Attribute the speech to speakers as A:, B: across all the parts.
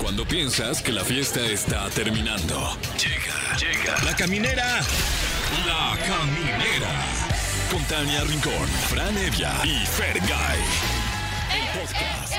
A: Cuando piensas que la fiesta está terminando. Llega, llega. La caminera. La caminera. Con Tania Rincón, Fran Evia y Fergay. El podcast.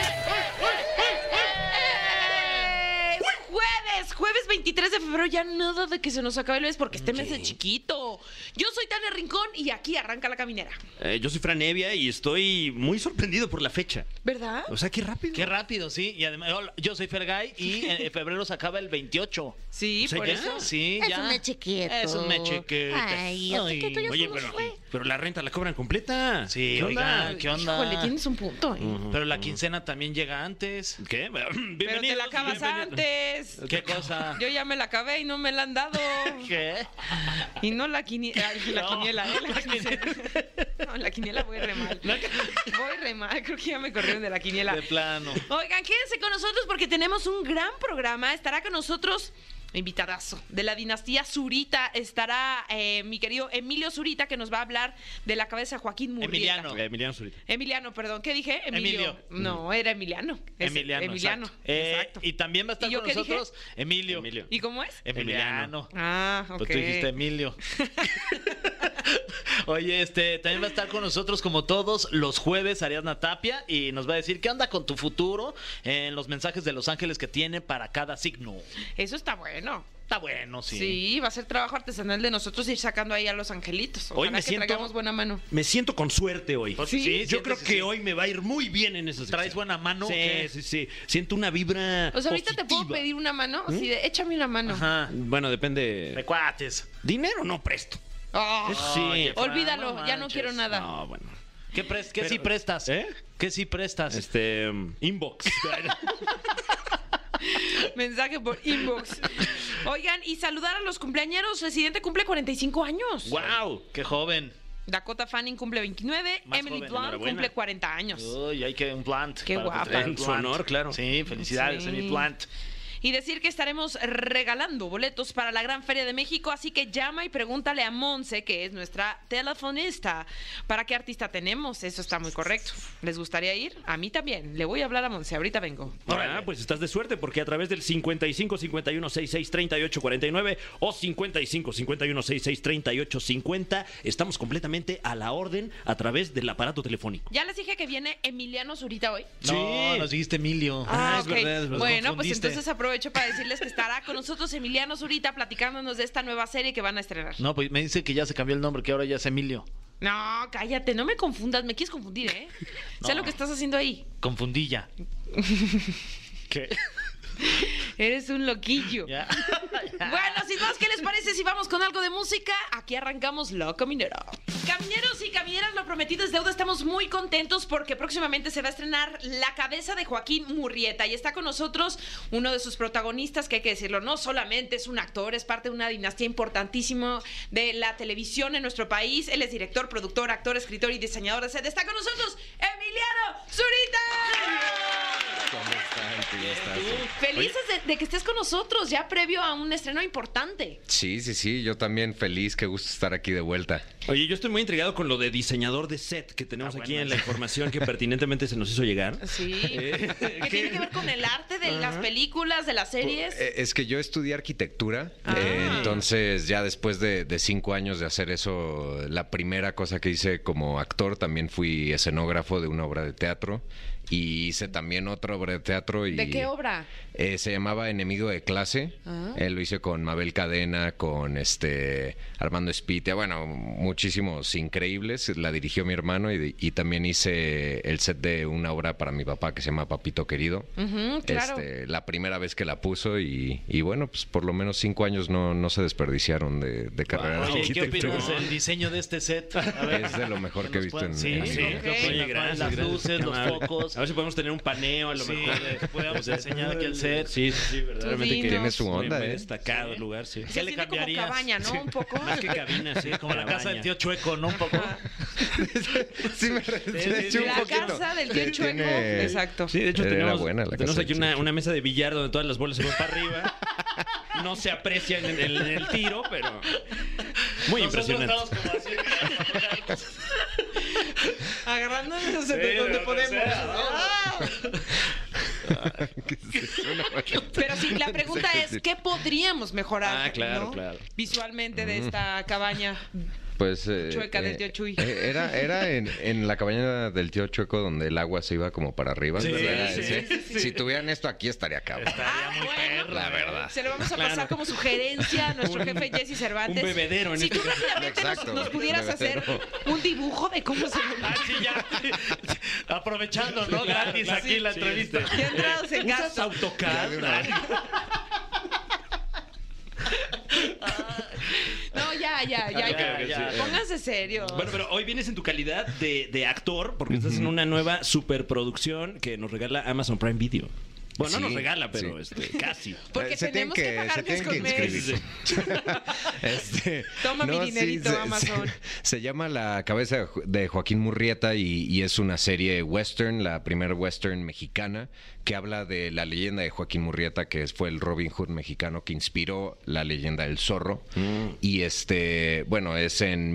B: Jueves, jueves 23 de febrero, ya nada de que se nos acabe el mes porque este mes es chiquito. Yo soy Tania Rincón y aquí arranca la caminera.
C: Eh, yo soy Fran Evia y estoy muy sorprendido por la fecha.
B: ¿Verdad?
C: O sea, qué rápido.
D: Qué rápido, sí. Y además, hola, yo soy Fergay y en en febrero se acaba el 28.
B: Sí,
D: O sea,
B: por
D: ya,
B: eso.
D: Sí,
E: Es
D: ya.
E: un mechequieto.
D: Es un mechequete.
E: Ay, el chiquito ya
C: Oye,
E: se nos
C: pero,
E: fue.
C: pero la renta la cobran completa.
D: Sí,
C: ¿Qué
D: oiga,
C: onda?
D: ¿qué onda?
B: Híjole, tienes un punto, ¿eh?
D: Pero la quincena también llega antes.
C: ¿Qué?
B: Pero te la acabas antes.
D: ¿Qué cosa?
B: Yo ya me la acabé y no me la han dado.
D: ¿Qué?
B: Y no la, quini- ay, la
D: No,
B: quiniela. ¿eh? La quiniela. No, la quiniela voy re mal. Voy re mal. Creo que ya me corrieron de la quiniela.
D: De plano.
B: Oigan, quédense con nosotros porque tenemos un gran programa. Estará con nosotros invitadazo de la dinastía Zurita. Estará eh, mi querido Emilio Zurita que nos va a hablar de la cabeza de Joaquín Murrieta.
D: Emiliano.
C: Eh, Emiliano Zurita.
B: Emiliano, perdón. ¿Qué dije? Emilio.
D: Emilio.
B: No, era Emiliano. Es
D: Emiliano.
B: Emiliano.
D: exacto. Eh,
B: Exacto.
D: Y em, también va a estar
B: ¿Y yo
D: con
B: qué dije?
D: nosotros Emilio.
C: Emilio.
B: ¿Y cómo es?
D: Emiliano.
B: Ah, ok.
D: Pues tú dijiste Emilio. Oye, este, también va a estar con nosotros como todos los jueves Ariadna Tapia y nos va a decir qué onda con tu futuro en los mensajes de los ángeles que tiene para cada signo.
B: Eso está bueno.
D: Está bueno, sí.
B: Sí. va a ser trabajo artesanal de nosotros ir sacando ahí a los angelitos. Ojalá
C: Hoy me
B: que
C: siento-
B: traigamos buena mano.
C: Me siento con suerte hoy.
D: Pues
B: Sí,
D: sí,
C: yo creo
D: siéntese,
C: que
D: sí.
C: hoy me va a ir muy bien en esa sección.
D: ¿Traes buena mano o
C: Sí,
D: qué?
C: sí, sí. Siento una vibra.
B: O sea, ahorita te puedo
C: positiva.
B: pedir una mano. Así de, échame una mano.
D: ¿Mm? Ajá.
C: Bueno, depende.
D: Recuates.
C: Dinero no presto.
B: Ah.
C: Eso sí.
D: Oye, Fran,
B: Olvídalo,
D: no
B: ya no
D: manches.
B: quiero nada.
C: No, bueno.
D: ¿Qué, pres- qué
C: Pero-
D: sí prestas?
C: ¿Eh?
D: ¿Qué sí prestas?
C: Este. Inbox.
B: Mensaje por inbox. Oigan, y saludar a los cumpleañeros. Residente cumple 45 años.
C: ¡Wow!
D: Qué joven.
B: Dakota Fanning cumple 29.
D: Más
B: Emily
D: joven, Oh.
B: Blunt
C: enhorabuena.
B: cumple 40 años.
D: Uy, hay que un plant.
B: Qué
D: para
B: guapa.
D: festejar el
C: Pues, En su
D: plant.
C: honor, claro.
D: Sí, felicidades,
B: Sí.
D: Emi Plant.
B: Y decir que estaremos regalando boletos para la Gran Feria de México, así que llama y pregúntale a Monse, que es nuestra telefonista, para qué artista tenemos. Eso está muy correcto. ¿Les gustaría ir? A mí también. Le voy a hablar a Monse, ahorita vengo.
C: Ah, pues estás de suerte porque a través del 55 51 66 38 49 o 55 51 66 38 50 estamos completamente a la orden a través del aparato telefónico.
B: Ya les dije que viene Emiliano Zurita hoy.
D: No,
C: Sí.
D: nos dijiste Emilio.
B: Ah,
D: es
B: ok.
D: verdad, es verdad.
B: Bueno, pues
D: Confundiste.
B: entonces aprovecho para decirles que estará con nosotros Emiliano Zurita platicándonos de esta nueva serie que van a estrenar.
D: No, pues me dice que ya se cambió el nombre, que ahora ya es Emilio.
B: No, cállate, no me confundas, me quieres confundir, ¿eh? Sé
D: No.
B: lo que estás haciendo ahí.
D: Confundilla. ¿Qué?
B: Eres un loquillo.
D: Ya.
B: Bueno, sin más, ¿qué les parece si vamos con algo de música? Aquí arrancamos La Caminera. Camineros y camineras, lo prometido es deuda. Estamos muy contentos porque próximamente se va a estrenar La Cabeza de Joaquín Murrieta y está con nosotros uno de sus protagonistas, que hay que decirlo, no solamente es un actor, es parte de una dinastía importantísima de la televisión en nuestro país. Él es director, productor, actor, escritor y diseñador de sed. Está con nosotros Emiliano Zurita. Felices de, de que estés con nosotros ya previo a un estreno importante.
F: Sí, sí, sí, yo también feliz, qué gusto estar aquí de vuelta.
C: Oye, yo estoy muy intrigado con lo de diseñador de set que tenemos aquí en la información que pertinentemente se nos hizo llegar.
B: Sí. que tiene que ver con el arte de las películas, de las series.
F: Eh, Es que yo estudié arquitectura,
B: Ah.
F: eh, entonces ya después de, de cinco años de hacer eso, la primera cosa que hice como actor también fui escenógrafo de una obra de teatro y hice también otra obra de teatro. Y,
B: ¿De qué obra?
F: Eh, se llamaba Enemigo de clase.
B: Ah.
F: Eh, lo hice con Mabel Cadena, con este Armando Spitia, bueno, muchísimos increíbles. La dirigió mi hermano y, y también hice el set de una obra para mi papá que se llama Papito Querido.
B: Ujú, Mm, claro.
F: Este, la primera vez que la puso y, y bueno, pues por lo menos cinco años no, no se desperdiciaron de, de carrera de
D: Oye, ¿qué
F: arquitectura.
D: opinas del diseño de este set? A ver.
F: Es de lo mejor que he
D: nos
F: visto
D: puedan-
F: en-
D: Sí,
F: en
D: ¿no?
F: mi
B: vida.
D: ¿Qué
B: Ok.
D: opinas?
C: Oye, gracias,
D: Las
C: gracias,
D: luces,
C: qué
D: los
C: amable.
D: focos.
C: A ver si podemos tener un paneo a lo
D: Sí,
C: mejor.
D: les podemos enseñar aquí el set.
C: Sí, sí, sí, verdaderamente.
B: dinos.
F: Tiene su
C: muy-
F: onda,
C: muy
F: ¿eh?
C: destacado el lugar, sí.
B: Se
D: ¿Qué
B: siente
D: le
B: como
D: cambiarías?
B: cabaña, ¿no?
D: Sí.
B: Un poco. Ah.
C: Más que cabina, sí,
D: Como la casa del tío Chueco, ¿no? Un poco.
F: Sí, me
D: sí,
F: eché un
B: la
F: poquito.
B: casa del tío Chueco.
F: Tiene-
B: Exacto.
C: Sí, de hecho
F: Era
C: tenemos,
F: buena la
C: tenemos
F: casa de
C: aquí una,
F: Chucho.
C: una mesa de billar donde todas las bolas se van para arriba. No se aprecia en el, en el tiro, pero muy impresionante.
B: Agarrándonos Ah.
D: donde podemos.
B: Pero sí, la pregunta es, ¿qué podríamos mejorar
D: Ah, claro,
B: ¿no?
D: claro.
B: visualmente de esta cabaña?
F: Pues, eh,
B: Chueca del
F: eh,
B: tío Chuy.
F: eh, Era, era en, en la cabaña del tío Chueco donde el agua se iba como para arriba.
D: Sí,
F: ¿verdad?
D: sí,
F: Ese. Si tuvieran esto aquí estaría cabrón.
B: Ah, bueno.
F: La verdad.
B: Se lo vamos a pasar como sugerencia a nuestro jefe Jesse Cervantes.
C: un bebedero en
B: Si
C: este
B: tú
C: caso.
B: rápidamente nos-
F: Exacto,
B: nos, pudieras
F: un
B: hacer
F: bebedero.
B: un dibujo de cómo se lo
D: Ah, sí, ya. Ah, Aprovechando, ¿no? Gratis aquí la
C: Sí,
D: entrevista.
B: Ya entrados en
C: ¿Usas
B: casa.
C: AutoCAD?
B: No, ya,
C: Ah,
B: ya, ya.
D: Ok,
B: ya.
D: ok, sí.
B: Pónganse serio.
C: Bueno, pero hoy vienes en tu calidad de, de actor porque estás en una nueva superproducción que nos regala Amazon Prime Video. Bueno, no nos
F: Sí,
C: regala, pero
F: sí.
C: este, casi.
B: Porque
F: Eh, se tienen
B: tenemos que,
F: que- se
B: pagarles
F: tienen
B: con
F: que inscribir.
B: mes.
C: Sí.
F: Este,
B: Toma mi dinerito, Amazon.
F: Se, se llama La cabeza de Jo- de Joaquín Murrieta y, y es una serie western, la primera western mexicana, que habla de la leyenda de Joaquín Murrieta, que es- fue el Robin Hood mexicano que inspiró la leyenda del zorro. Y este, bueno, es en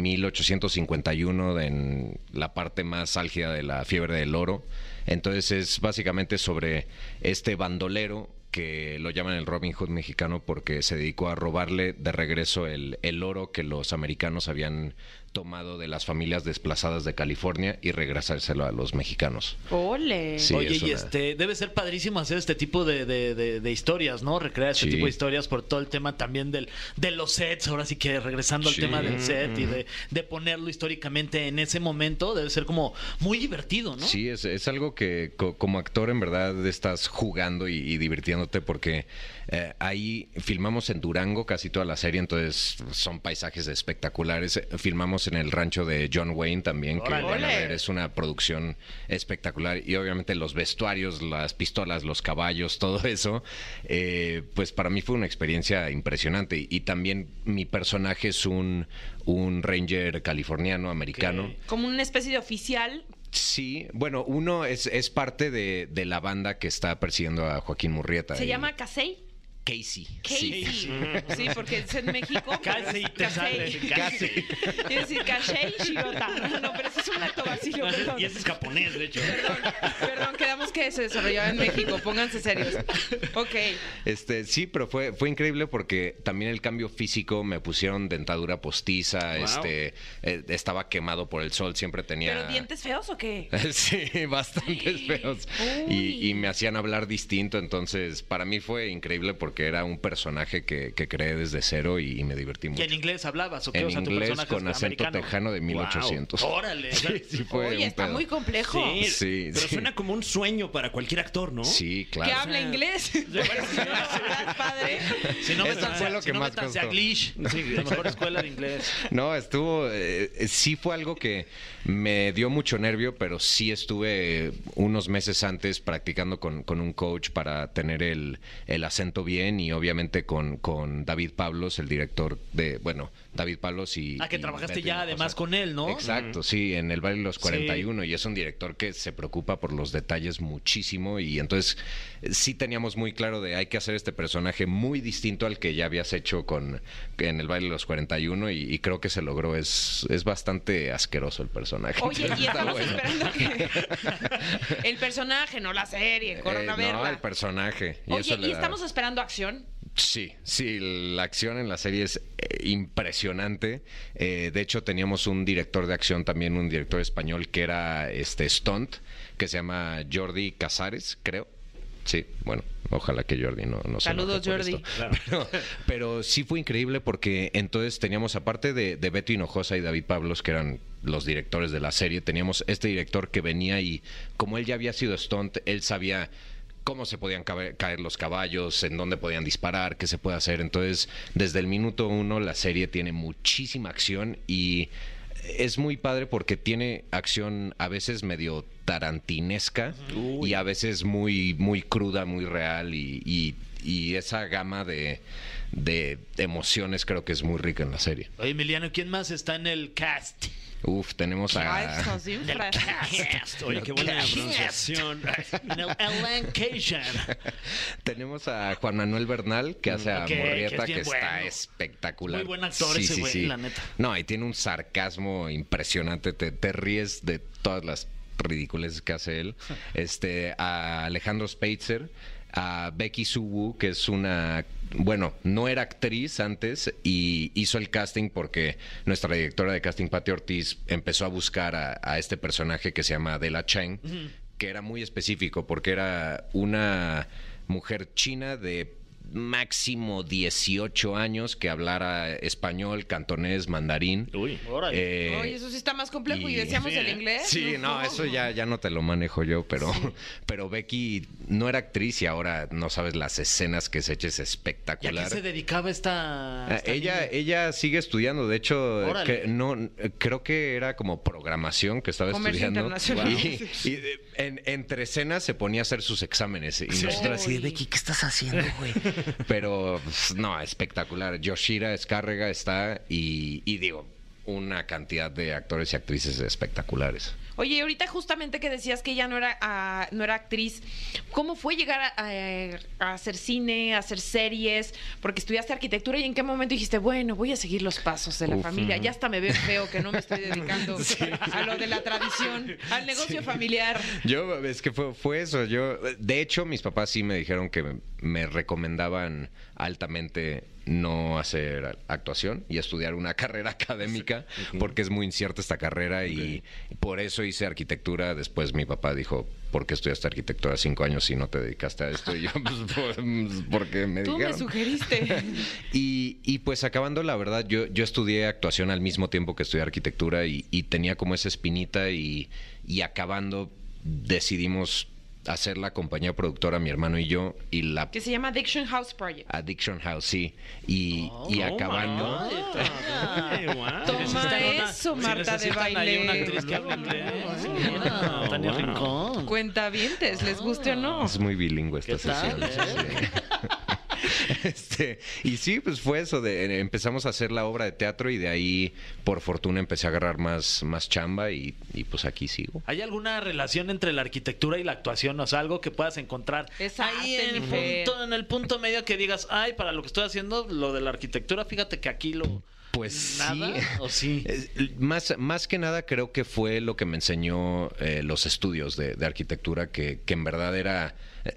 F: 1851, en la parte más álgida de la fiebre del oro. Entonces es básicamente sobre este bandolero que lo llaman el Robin Hood mexicano porque se dedicó a robarle de regreso el, el oro que los americanos habían tomado de las familias desplazadas de California y regresárselo a los mexicanos.
B: Ole.
F: Sí,
D: Oye,
F: es
D: y
F: una-
D: este, debe ser padrísimo hacer este tipo de, de- de- de historias, ¿no? Recrear este
F: Sí.
D: tipo de historias por todo el tema también del, de los sets. Ahora sí que regresando al
F: Sí.
D: tema del set y de, de ponerlo históricamente en ese momento, debe ser como muy divertido, ¿no?
F: Sí, es, es algo que co- como actor en verdad estás jugando y, y divirtiéndote porque eh, ahí filmamos en Durango casi toda la serie, entonces son paisajes espectaculares. Filmamos en el rancho de John Wayne también, que
D: Órale.
F: van a ver, es una producción espectacular y obviamente los vestuarios, las pistolas, los caballos, todo eso, eh, pues para mí fue una experiencia impresionante y, también mi personaje es un, un ranger californiano, americano.
D: Ok.
B: Como una especie de oficial.
F: Sí, bueno, uno es, es parte de, de la banda que está persiguiendo a Joaquín Murrieta.
B: Se
F: Y-
B: llama Casey.
F: Casey.
B: Casey.
F: Sí.
B: Sí, porque es en México.
D: Casi te sale, casi.
B: Quiero decir, Casey Shirota. No, pero eso es un acto vacío, perdón.
C: Y ese es japonés, de hecho.
B: Perdón, perdón, quedamos que se desarrollaba en México. Pónganse serios. Ok.
F: Este, sí, pero fue, fue increíble porque también el cambio físico me pusieron dentadura postiza,
C: Wow.
F: este, eh, estaba quemado por el sol, siempre tenía.
B: ¿Pero dientes feos o qué?
F: Sí, bastantes feos.
B: Uy.
F: Y, y me hacían hablar distinto, entonces para mí fue increíble porque era un personaje que, que creé desde cero y, y me divertí
D: Y
F: mucho.
D: en inglés hablabas, ¿o qué?
F: En
D: O sea, tu
F: inglés
D: personaje
F: con
D: es
F: acento
D: americano.
F: tejano de 1800.
D: Wow. Órale. o sea,
F: Sí, fue un
B: Oye, está
F: pedo.
B: muy complejo.
C: Sí,
F: Sí,
C: pero
F: sí.
C: suena como un sueño para cualquier actor, ¿no?
F: Sí,
B: Que
F: claro.
B: habla inglés. Porque si no lo hablas, padre.
D: Si no me
F: Eso fue lo
D: si
F: que
D: no
F: más
D: métanse a
F: costó.
D: Glitch, la mejor escuela de inglés.
F: No, estuvo. eh, eh, sí fue algo que me dio mucho nervio, pero sí estuve eh, unos meses antes practicando con, con un coach para tener el, el acento bien y obviamente con, con David Pablos, el director de. Bueno, David Pablos y.
D: Ah, que
F: y
D: trabajaste
F: Beto
D: ya
F: Hinojosa.
D: además con él, ¿no?
F: Exacto, sí, en el baile de los 41. Y es un director que se preocupa por los detalles muchísimo. Y entonces eh, sí teníamos muy claro de hay que hacer este personaje muy distinto al que ya habías hecho con en el baile de los 41. Y, y creo que se logró. Es, es bastante asqueroso el personaje.
B: Oye,
F: Entonces,
B: y
F: está
B: estamos
F: bueno.
B: esperando que el personaje, no la serie,
F: Eh,
B: corran a
F: no,
B: verla.
F: el personaje. Y
B: Oye,
F: eso le
B: y
F: da-
B: estamos esperando acción.
F: Sí, sí, la acción en la serie es eh, impresionante. Eh, de hecho, teníamos un director de acción también, un director español que era este Stunt, que se llama Jordi Casares, creo. Sí, bueno, ojalá que Jordi no, no se
B: Saludos,
F: enoje por
B: Jordi.
F: esto. Pero, pero sí fue increíble porque entonces teníamos, aparte de, de Beto Hinojosa y David Pablos, que eran los directores de la serie, teníamos este director que venía y como él ya había sido stunt, él sabía cómo se podían cabe- caer los caballos, en dónde podían disparar, qué se puede hacer. Entonces, desde el minuto uno, la serie tiene muchísima acción y es muy padre porque tiene acción a veces medio tarantinesca y a veces muy, muy cruda, muy real y, y- y esa gama de, de emociones creo que es muy rica en la serie.
D: Oye, Emiliano, ¿quién más está en el cast?
F: Uf, tenemos
B: Ay,
F: a...
B: son sin
D: En el
B: frases.
D: cast.
C: Oye, qué buena pronunciación.
D: En el elencation.
F: Tenemos a Juan Manuel Bernal, que hace a
D: Ok, que es
F: Murrieta, que,
D: bien
F: está
D: bueno.
F: espectacular.
D: Muy buen actor ese güey, la neta.
F: No, y tiene un sarcasmo impresionante. Te, te ríes de todas las ridiculeces que hace él, este, a Alejandro Speitzer, a Becky Subu, que es una, bueno, no era actriz antes y hizo el casting porque nuestra directora de casting, Patti Ortiz, empezó a buscar a, a este personaje que se llama Adela Chang, que era muy específico porque era una mujer china de máximo 18 años que hablara español, cantonés, mandarín.
C: Uy.
D: Órale.
F: Eh,
B: Oye, eso sí está más complejo. ¿Y,
F: y-
B: decíamos
D: Sí,
B: el
D: ¿eh?
B: inglés?
F: Sí, no, eso ya, ya no te lo manejo yo, pero, pero Becky no era actriz y ahora no sabes las escenas que se echa es
D: ¿Y a qué
F: espectacular.
D: se dedicaba esta,
F: Ah,
D: esta
F: Ella,
D: niña?
F: ella sigue estudiando, de hecho,
D: Órale.
F: que, no, eh, creo que era como programación que estaba
B: Comercio
F: estudiando.
B: internacional.
F: Y, y, eh, en- entre escenas se ponía a hacer sus exámenes. Y nosotros así de Becky, ¿qué estás haciendo, güey? Pero pues, no, espectacular. Yoshira Escárrega está y, y digo, una cantidad de actores y actrices espectaculares.
B: Oye, y ahorita justamente que decías que ella no era, ah, no era actriz, ¿cómo fue llegar a, a- a hacer cine, a hacer series? Porque estudiaste arquitectura y en qué momento dijiste, bueno, voy a seguir los pasos de la
F: Uf.
B: familia. Ya hasta me veo feo que no me estoy dedicando a lo de la tradición, al negocio familiar.
F: Yo, es que fue, fue eso. Yo, de hecho, mis papás sí me dijeron que me recomendaban altamente no hacer actuación y estudiar una carrera académica, porque es muy incierta esta carrera y por eso hice arquitectura. Después mi papá dijo, ¿por qué estudiaste arquitectura cinco años si no te dedicaste a esto? Y yo, pues, pues, porque me
B: Tú me
F: dijeron.
B: sugeriste.
F: Y, y pues acabando, la verdad, yo, yo estudié actuación al mismo tiempo que estudié arquitectura y, y tenía como esa espinita y, y acabando decidimos hacer la compañía productora, mi hermano y yo, y la
B: que se llama Addiction House Project.
F: Addiction House, sí. Y, y
D: Oh,
F: acabando...
D: my God. Ah.
C: Ay, guau.
B: Toma
D: Necesitan una-
B: eso,
D: si
B: Marta de
D: necesitan ahí
B: baile.
D: una actriz que hable inglés.
C: Wow.
D: Ah, Tania
C: Wow.
D: Rincón.
B: Cuenta vientes, les guste o no.
F: Es muy bilingüe esta
D: ¿Qué
F: sesión.
D: tal, eh?
F: sí. Este, y sí, pues fue eso. de- empezamos a hacer la obra de teatro y de ahí, por fortuna, empecé a agarrar más, más chamba y, y pues aquí sigo.
D: ¿Hay alguna relación entre la arquitectura y la actuación? O sea, algo que puedas encontrar
B: Es
D: ahí
B: arte,
D: en el,
B: mi Fer.
D: punto, en el punto medio que digas, ay, para lo que estoy haciendo, lo de la arquitectura, fíjate que aquí lo...
F: Pues
D: ¿Nada?
F: sí. Eh,
D: ¿O sí?
F: Es- Más, más que nada creo que fue lo que me enseñó eh, los estudios de, de arquitectura, que, que en verdad era...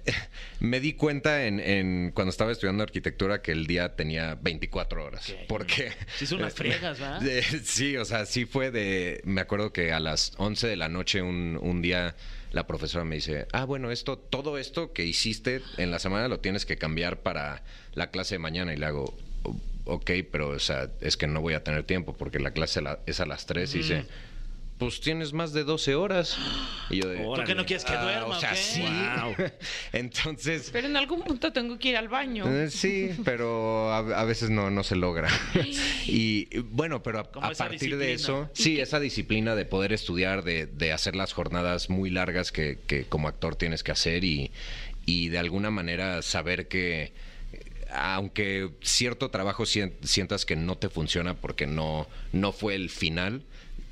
F: me di cuenta en, en- cuando estaba estudiando arquitectura que el día tenía 24 horas.
D: Ok.
F: Porque...
D: Sí son unas friegas, ¿verdad?
F: Eh, sí, o sea, sí fue de... Me acuerdo que a las 11 de la noche un, un día la profesora me dice, ah, bueno, esto, todo esto que hiciste en la semana lo tienes que cambiar para la clase de mañana. Y le hago, "O- ok, pero o sea, es que no voy a tener tiempo porque la clase la- es a las 3 y
D: Mm.
F: dice... Pues tienes más de 12 horas. Y yo de,
D: ¿Tú que no quieres que
F: "Ah,
D: duerma?
F: o sea,
D: qué?
F: sí.
C: Wow.
F: Entonces,
B: Pero en algún punto tengo que ir al baño.
F: eh, sí, pero a, a veces no, no se logra. Y eh, bueno, pero a,
D: Como
F: a
D: esa
F: partir
D: disciplina.
F: de eso, sí, esa disciplina de poder estudiar, de, de hacer las jornadas muy largas que, que como actor tienes que hacer y, y de alguna manera saber que eh, aunque cierto trabajo sien- sientas que no te funciona porque no, no fue el final,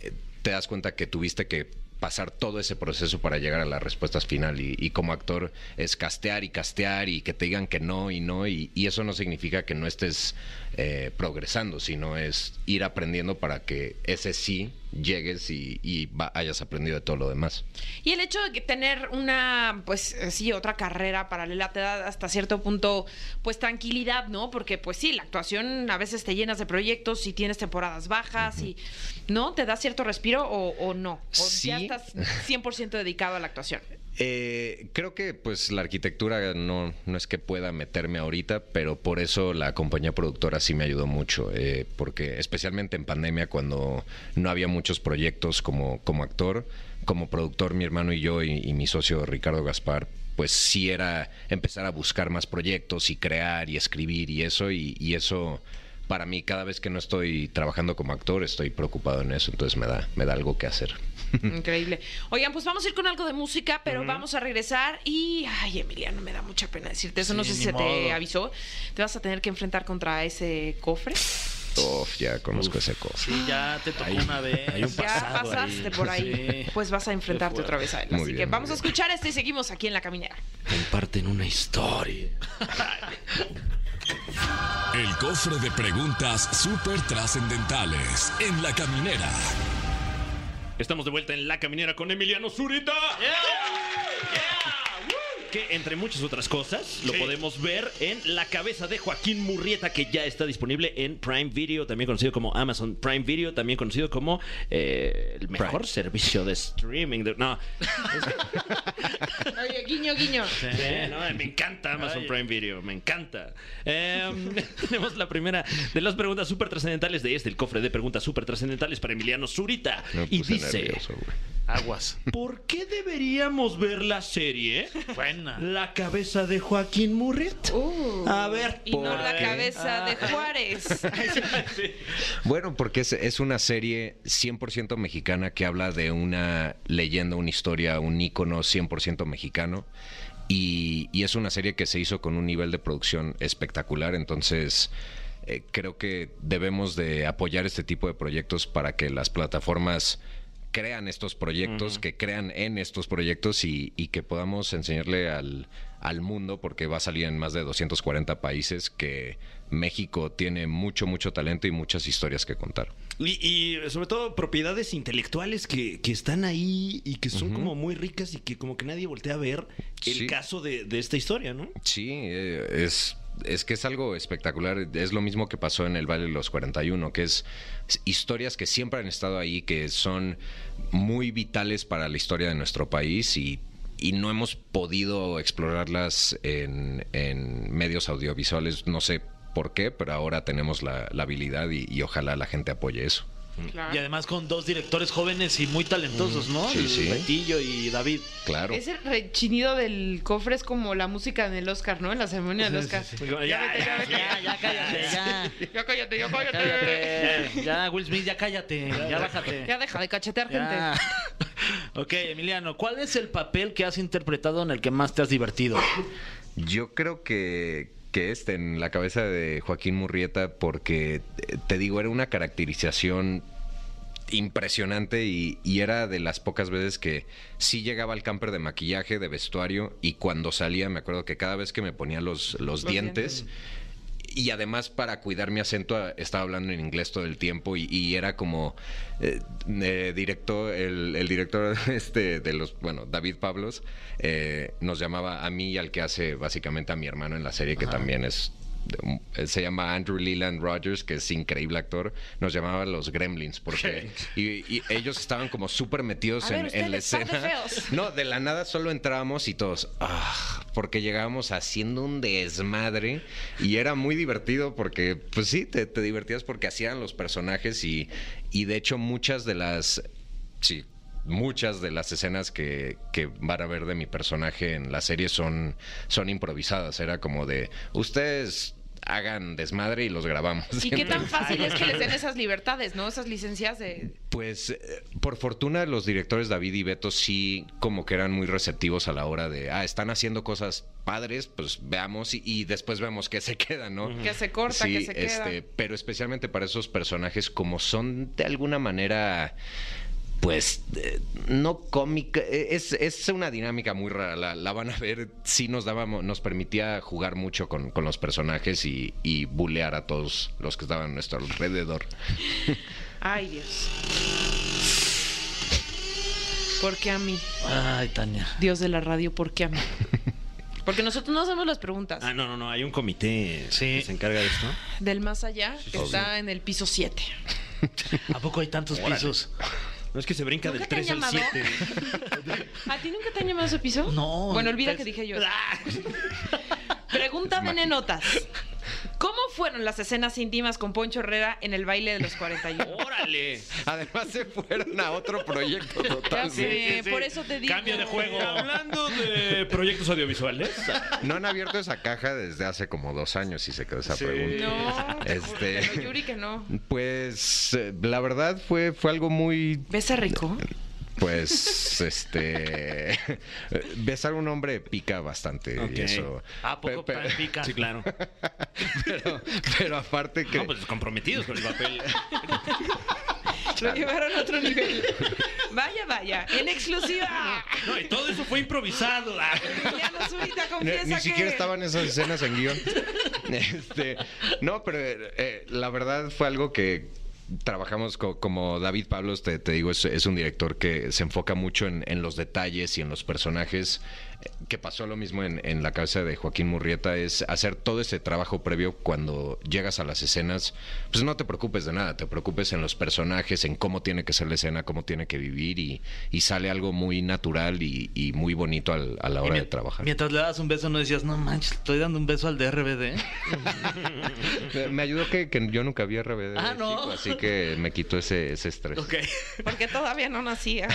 F: eh, te das cuenta que tuviste que pasar todo ese proceso para llegar a las respuestas final y, y como actor es castear y castear y que te digan que no y no y, y eso no significa que no estés eh, progresando sino es ir aprendiendo para que ese sí llegues y, y va- hayas aprendido de todo lo demás
B: Y el hecho de que tener una, pues eh, sí, otra carrera paralela te da hasta cierto punto, pues tranquilidad, ¿no? Porque pues sí, la actuación a veces te llenas de proyectos y tienes temporadas bajas y, ¿no? ¿Te da cierto respiro o, o no? O ya
F: Sí.
B: estás 100% dedicado a la actuación.
F: Eh, creo que pues la arquitectura no, no es que pueda meterme ahorita, pero por eso la compañía productora sí me ayudó mucho, eh, porque especialmente en pandemia cuando no había muchos proyectos como, como actor, como productor mi hermano y yo y, y mi socio Ricardo Gaspar, pues sí era empezar a buscar más proyectos y crear y escribir y eso, y, y eso para mí cada vez que no estoy trabajando como actor estoy preocupado en eso, entonces me da, me da algo que hacer.
B: Increíble. Oigan, pues vamos a ir con algo de música, pero vamos a regresar y, ay, Emiliano, me da mucha pena decirte eso, no
D: Sí,
B: sé si
D: ni
B: se te
D: modo.
B: avisó, te vas a tener que enfrentar contra ese cofre.
F: Uf, ya conozco ese cosa.
D: Sí, ya te tocó una vez.
C: hay un
B: Ya
C: pasado
B: pasaste
C: ahí.
B: por ahí,
D: Sí.
B: pues vas a enfrentarte
D: Qué
B: otra
D: fuerte.
B: vez a él.
F: Muy
B: Así
F: bien,
B: que
F: muy
B: vamos a
F: bien.
B: escuchar este y seguimos aquí en la caminera.
C: Comparten una historia.
A: El cofre de preguntas súper trascendentales en la caminera.
C: Estamos de vuelta en La Caminera con Emiliano Zurita. Que entre muchas otras cosas lo
D: Sí.
C: podemos ver en La Cabeza de Joaquín Murrieta, que ya está disponible en Prime Video, también conocido como Amazon Prime Video, también conocido como eh, el mejor
F: Prime.
C: servicio de streaming. de- no,
B: Oye, guiño, guiño.
C: Sí, no, me encanta Amazon Prime Video, me encanta. Em, tenemos la primera de las preguntas súper trascendentales de este, el cofre de preguntas súper trascendentales para Emiliano Zurita.
F: Me
C: y
F: puse
C: dice,
F: pues, nervioso, güey.
D: Aguas.
C: ¿por qué deberíamos ver la serie
D: Buena.
C: La cabeza de Joaquín Murrieta?
B: Uh,
C: A ver,
B: Y no
C: Ah, ¿por
B: la
C: qué?
B: cabeza de Juárez.
F: Bueno, porque es, es una serie 100% mexicana que habla de una leyenda, una historia, un ícono 100% mexicano. Y, y es una serie que se hizo con un nivel de producción espectacular. Entonces, eh, creo que debemos de apoyar este tipo de proyectos para que las plataformas crean estos proyectos, que crean en estos proyectos y, y que podamos enseñarle al, al mundo, porque va a salir en más de 240 países, que México tiene mucho, mucho talento y muchas historias que contar.
C: Y, y sobre todo propiedades intelectuales que, que están ahí y que son como muy ricas y que como que nadie voltea a ver el
F: Sí.
C: caso de, de esta historia, ¿no?
F: Sí, eh, es, es que es algo espectacular. Es lo mismo que pasó en el Valle de los 41, que es es historias que siempre han estado ahí, que son muy vitales para la historia de nuestro país y, y no hemos podido explorarlas en, en medios audiovisuales. No sé por qué, pero ahora tenemos la, la habilidad y- y ojalá la gente apoye eso.
B: Claro.
D: Y además con dos directores jóvenes y muy talentosos, ¿no?
F: Sí, sí.
D: El Betillo y David.
F: Claro.
E: Ese rechinido del cofre es como la música en el Oscar, ¿no? En la ceremonia del Oscar.
C: Ya, ya,
D: Ya, ya, cállate, ya.
E: Ya cállate, ya cállate.
D: Cállate. Ya, Will Smith, ya cállate. Ya bájate.
E: Ya deja de cachetear
D: Ya.
E: gente.
D: Ok, Emiliano, ¿cuál es el papel que has interpretado en el que más te has divertido?
F: Yo creo que, que este en la cabeza de Joaquín Murrieta, porque eh, te digo, era una caracterización impresionante y, y era de las pocas veces que sí llegaba al camper de maquillaje, de vestuario, y cuando salía me acuerdo que cada vez que me ponía los, los, dientes, y además para cuidar mi acento a- estaba hablando en inglés todo el tiempo y, y era como eh, eh, directo el, el director este de los bueno David Pablos eh, nos llamaba a mí y al que hace básicamente a mi hermano en la serie que también es de un- eh, se llama Andrew Leland Rogers, que es increíble actor, nos llamaba los Gremlins, porque y, y ellos estaban como súper metidos
E: A ver,
F: en, en la
E: ustedes, par de
F: escena.
E: feos.
F: No, de la nada solo entrábamos y todos, ah, porque llegábamos haciendo un desmadre y era muy divertido porque, pues sí, te, te divertías porque hacían los personajes y, y de hecho muchas de las, sí, muchas de las escenas que, que van a ver de mi personaje en la serie son, son improvisadas, era como de, ustedes hagan desmadre y los grabamos.
E: ¿Y qué tan fácil es que les den esas libertades, ¿no? Esas licencias de.
F: Pues eh, por fortuna los directores David y Beto sí como que eran muy receptivos a la hora de, ah, están haciendo cosas padres, pues veamos y, y después vemos qué se queda, ¿no?
E: Que se corta,
F: Sí,
E: que se queda.
F: este, pero especialmente para esos personajes como son de alguna manera pues eh, no cómica, eh, es, es una dinámica muy rara, la, la van a ver, sí nos dábamos, nos permitía jugar mucho con, con los personajes y, y bulear a todos los que estaban a nuestro alrededor.
B: Ay, Dios.
E: ¿Por qué a mí?
D: Ay, Tania.
E: Dios de la radio, ¿por qué a mí? Porque nosotros no hacemos las preguntas.
C: Ah, no, no, no, hay un comité
D: Sí.
C: que se encarga de esto.
E: Del más allá está en el piso 7.
D: ¿A poco hay tantos pisos?
C: No es que se brinca
E: ¿Nunca
C: del
E: te han
C: 3 al
E: llamado?
C: 7.
E: ¿A ti nunca te han llamado a ese piso?
D: No.
E: Bueno, olvida
D: Pues-
E: que dije yo. ah.
B: Pregunta
F: Es mágico.
B: venenotas.
E: ¿Cómo fueron las escenas íntimas con Poncho Herrera en el baile de los 41?
C: Oh, ¡Órale!
F: Además se fueron a otro proyecto
E: Ya
F: totalmente.
E: sé, Eh, por eso te digo.
D: Cambio de juego.
C: Hablando de proyectos audiovisuales,
F: No han abierto esa caja desde hace como dos años y se quedó esa pregunta.
E: No,
F: Este-
E: pero Yuri que no.
F: Pues eh, la verdad fue, fue algo muy
E: ¿Besa rico?
F: pues este besar a un hombre pica bastante
C: Ok.
F: y eso.
D: ¿A poco
F: Pe- pe-
D: tan pica?
C: sí, claro.
F: pero, pero aparte que
C: No, pues comprometidos con el papel.
E: Lo llevaron a otro nivel.
B: Vaya, vaya. En exclusiva.
C: No, y todo eso fue improvisado. Ah.
B: Emiliano Zurita
F: ni,
B: confiesa
F: ni
B: que...
F: siquiera estaban esas eh, escenas en guión. Este, no, pero eh, la verdad fue algo que trabajamos co- como David Pablos, te, te digo, es, es un director que se enfoca mucho en, en los detalles y en los personajes, eh, que pasó lo mismo en, en la cabeza de Joaquín Murrieta, es hacer todo ese trabajo previo cuando llegas a las escenas, pues no te preocupes de nada, te preocupes en los personajes, en cómo tiene que ser la escena, cómo tiene que vivir y, y sale algo muy natural y, y muy bonito al- a la hora
D: Y
F: de
D: mien-
F: trabajar.
D: Mientras le das un beso, no decías, no manches, estoy dando un beso al de RBD.
F: Eh, Me- Me ayudó que, que yo nunca vi RBD, de
D: Ah, no.
F: chico, así que me quitó ese, ese estrés.
D: ok.
B: Porque todavía no nacía.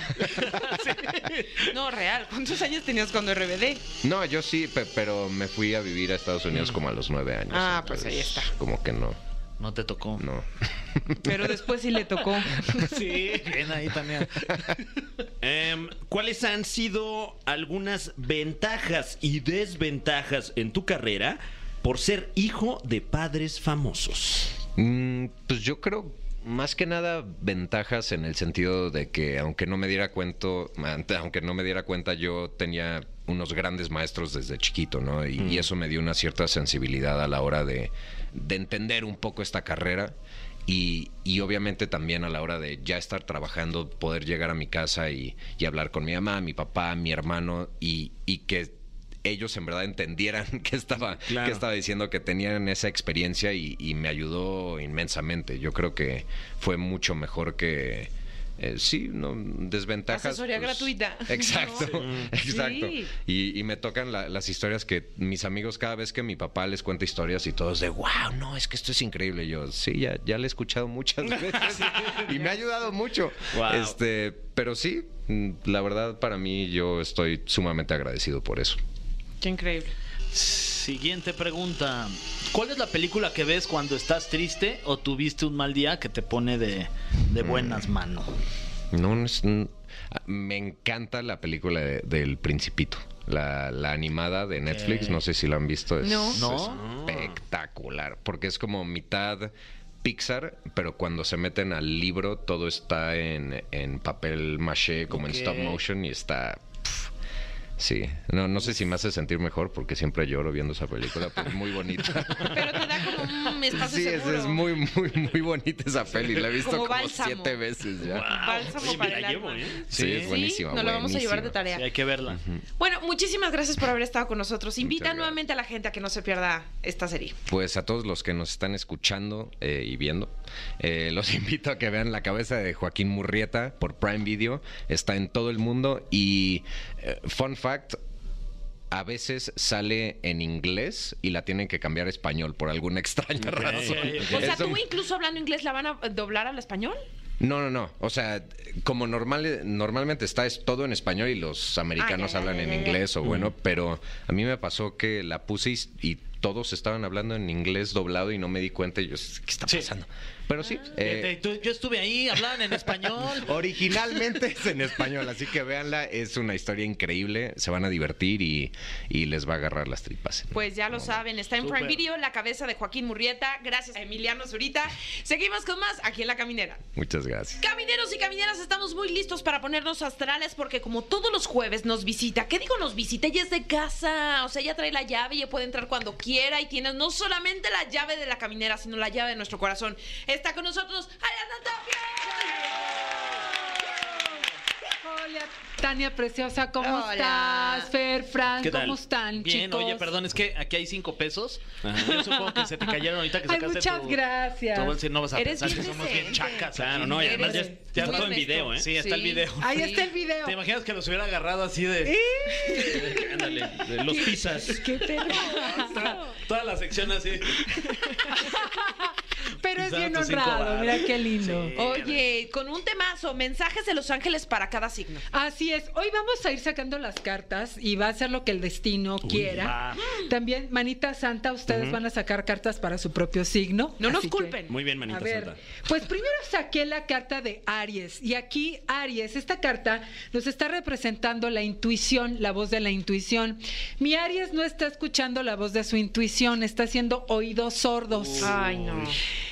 B: No, real. ¿Cuántos años tenías cuando RBD?
F: No, yo sí, pe- pero me fui a vivir a Estados Unidos como a los nueve años.
B: Mm. Ah, pues ahí está.
F: Como que no,
D: No te tocó.
F: no.
B: Pero después sí le tocó.
D: Sí, bien ahí también.
C: Em, ¿Cuáles han sido algunas ventajas y desventajas en tu carrera por ser hijo de padres famosos?
F: Mm, pues yo creo más que nada ventajas en el sentido de que aunque no me diera cuento, ante- aunque no me diera cuenta, yo tenía unos grandes maestros desde chiquito, ¿no? Y, y eso me dio una cierta sensibilidad a la hora de, de entender un poco esta carrera. Y, y obviamente también a la hora de ya estar trabajando, poder llegar a mi casa y, y hablar con mi mamá, mi papá, mi hermano, y, y que ellos en verdad entendieran que estaba,
C: Claro.
F: que estaba diciendo que tenían esa experiencia y, y me ayudó inmensamente. Yo creo que fue mucho mejor que... eh, sí, no, desventajas. pues,
B: Asesoría gratuita.
F: Exacto, exacto.
B: Sí.
F: Y, y me tocan la- las historias que mis amigos, cada vez que mi papá les cuenta historias y todos de wow, no, es que esto es increíble. Y yo, sí, ya, ya le he escuchado muchas veces y me ha ayudado mucho.
C: Wow.
F: Este, pero sí, mm, la verdad, para mí, yo estoy sumamente agradecido por eso.
B: Qué increíble.
D: Siguiente pregunta. ¿Cuál es la película que ves cuando estás triste o tuviste un mal día que te pone de, de buenas manos?
F: No, no es- n- ah, me encanta la película de- del Principito. La, la animada de Netflix, no sé si la han visto. Es,
B: No.
D: No.
F: es espectacular. Porque es como mitad Pixar, pero cuando se meten al libro todo está en, en papel maché, como
D: Ok.
F: en stop motion, y está. pf, Sí, no, no sé si me hace sentir mejor porque siempre lloro viendo esa película, pero es muy bonita.
B: Pero te da como un espacio
F: Sí, es,
B: seguro.
F: es muy, muy, muy bonita esa peli. La he visto
B: Como
F: como,
B: bálsamo.
F: siete veces ya.
B: Bálsamo
C: Oye, me
B: para
C: la
B: el
C: llevo,
B: alma.
C: ¿eh?
F: Sí, es buenísima.
B: Sí, nos lo vamos a llevar de
F: buenísima.
B: tarea.
D: Sí, hay que verla.
B: Bueno, muchísimas gracias por haber estado con nosotros. Invita
F: gracias.
B: nuevamente a la gente a que no se pierda esta serie.
F: Pues a todos los que nos están escuchando eh, y viendo, eh, los invito a que vean la cabeza de Joaquín Murrieta por Prime Video. Está en todo el mundo y eh, fun fact. A veces sale en inglés y la tienen que cambiar a español por alguna extraña razón.
D: ok.
B: O sea,
F: Es un-
B: tú incluso hablando inglés la van a doblar al español.
F: No, no, no. O sea, como normal, normalmente está es todo en español y los americanos
B: Ah, ya, ya,
F: hablan
B: ya, ya,
F: en
B: ya.
F: inglés o bueno, pero a mí me pasó que la puse y, y todos estaban hablando en inglés doblado y no me di cuenta y yo, ¿qué está
D: Sí.
F: pasando? Pero sí, eh,
D: Fíjate, tú- yo estuve ahí, hablaban en español.
F: originalmente es en español, así que véanla, es una historia increíble, se van a divertir y, y les va a agarrar las tripas.
B: Pues ya lo saben, está en Prime
D: Súper.
B: Video, la cabeza de Joaquín Murrieta. Gracias a Emiliano Zurita. Seguimos con más aquí en La Caminera.
F: Muchas gracias.
B: Camineros y camineras, estamos muy listos para ponernos astrales porque como todos los jueves nos visita, ¿qué digo nos visita? Ella es de casa, o sea, ella trae la llave, ella puede entrar cuando quiera y tiene no solamente la llave de la caminera, sino la llave de nuestro corazón. Está con nosotros Ariana
G: Hola, Tania Preciosa, ¿cómo
B: Hola.
G: estás? Fer, Fran,
C: ¿Qué tal?
G: ¿cómo están,
D: Bien,
G: chicos?
D: oye, perdón, es que aquí hay cinco pesos. Yo supongo que se te cayeron ahorita que
G: Ay,
D: sacaste
G: muchas
D: tu-
G: gracias.
D: tu bolsa y no vas a
B: Eres
D: pensar
B: bien
D: que somos bien
B: decente.
D: chacas.
C: Claro,
D: aquí.
C: no, y además ya,
B: Eres
C: ya
B: muy
C: todo en
B: honesto.
C: video, ¿eh?
D: Sí, está el
B: Sí.
D: video.
G: Ahí
B: Sí.
G: está el video.
D: ¿Te imaginas que los hubiera agarrado así de... Ándale.
C: De Los pisas.
G: Qué perro.
D: Toda, toda la sección así.
G: Pero es
D: Pisando
G: bien
D: tus cinco
G: honrado,
D: varas.
G: mira qué lindo. Oh,
D: Sí.
B: Oye, con un temazo, mensajes de Los Ángeles para cada signo.
G: Así es, hoy vamos a ir sacando las cartas y va a ser lo que el destino quiera.
C: Ah,
G: También, manita santa, ustedes van a sacar cartas para su propio signo.
B: No nos
G: así que-
B: culpen.
C: muy bien, manita
G: A ver,
C: santa.
G: pues primero saqué la carta de Aries y aquí Aries, esta carta nos está representando la intuición, la voz de la intuición. Mi Aries no está escuchando la voz de su intuición, está haciendo oídos
B: Uh.
G: sordos.
B: Ah. Ay, no.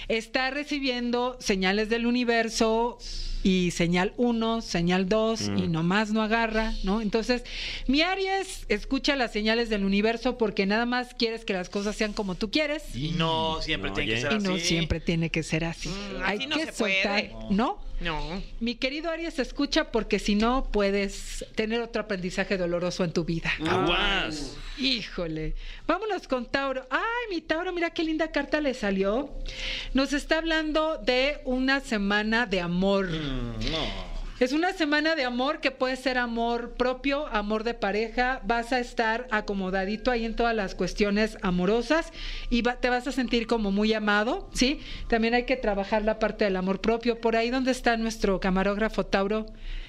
G: Está recibiendo señales del universo y señal 1, señal 2 y nomás no agarra, ¿no? Entonces, mi Aries escucha las señales del universo porque nada más quieres que las cosas sean como tú quieres
D: Y no, siempre
C: No,
D: tiene que
C: oye.
D: ser
G: y no
D: así.
G: siempre tiene que ser así. Hay
B: Mm, así no
G: que
B: se
G: soltar,
B: puede.
G: ¿no?
B: No.
G: Mi querido Aries, escucha porque si no puedes tener otro aprendizaje doloroso en tu vida.
C: Aguas.
G: Híjole. Vámonos con Tauro. Ay, mi Tauro, mira qué linda carta le salió. Nos está hablando de una semana de amor.
D: Mm,
G: Es una semana de amor que puede ser amor propio, amor de pareja. Vas a estar acomodadito ahí en todas las cuestiones amorosas y va- te vas a sentir como muy amado, ¿sí? También hay que trabajar la parte del amor propio. Por ahí donde está nuestro camarógrafo Tauro,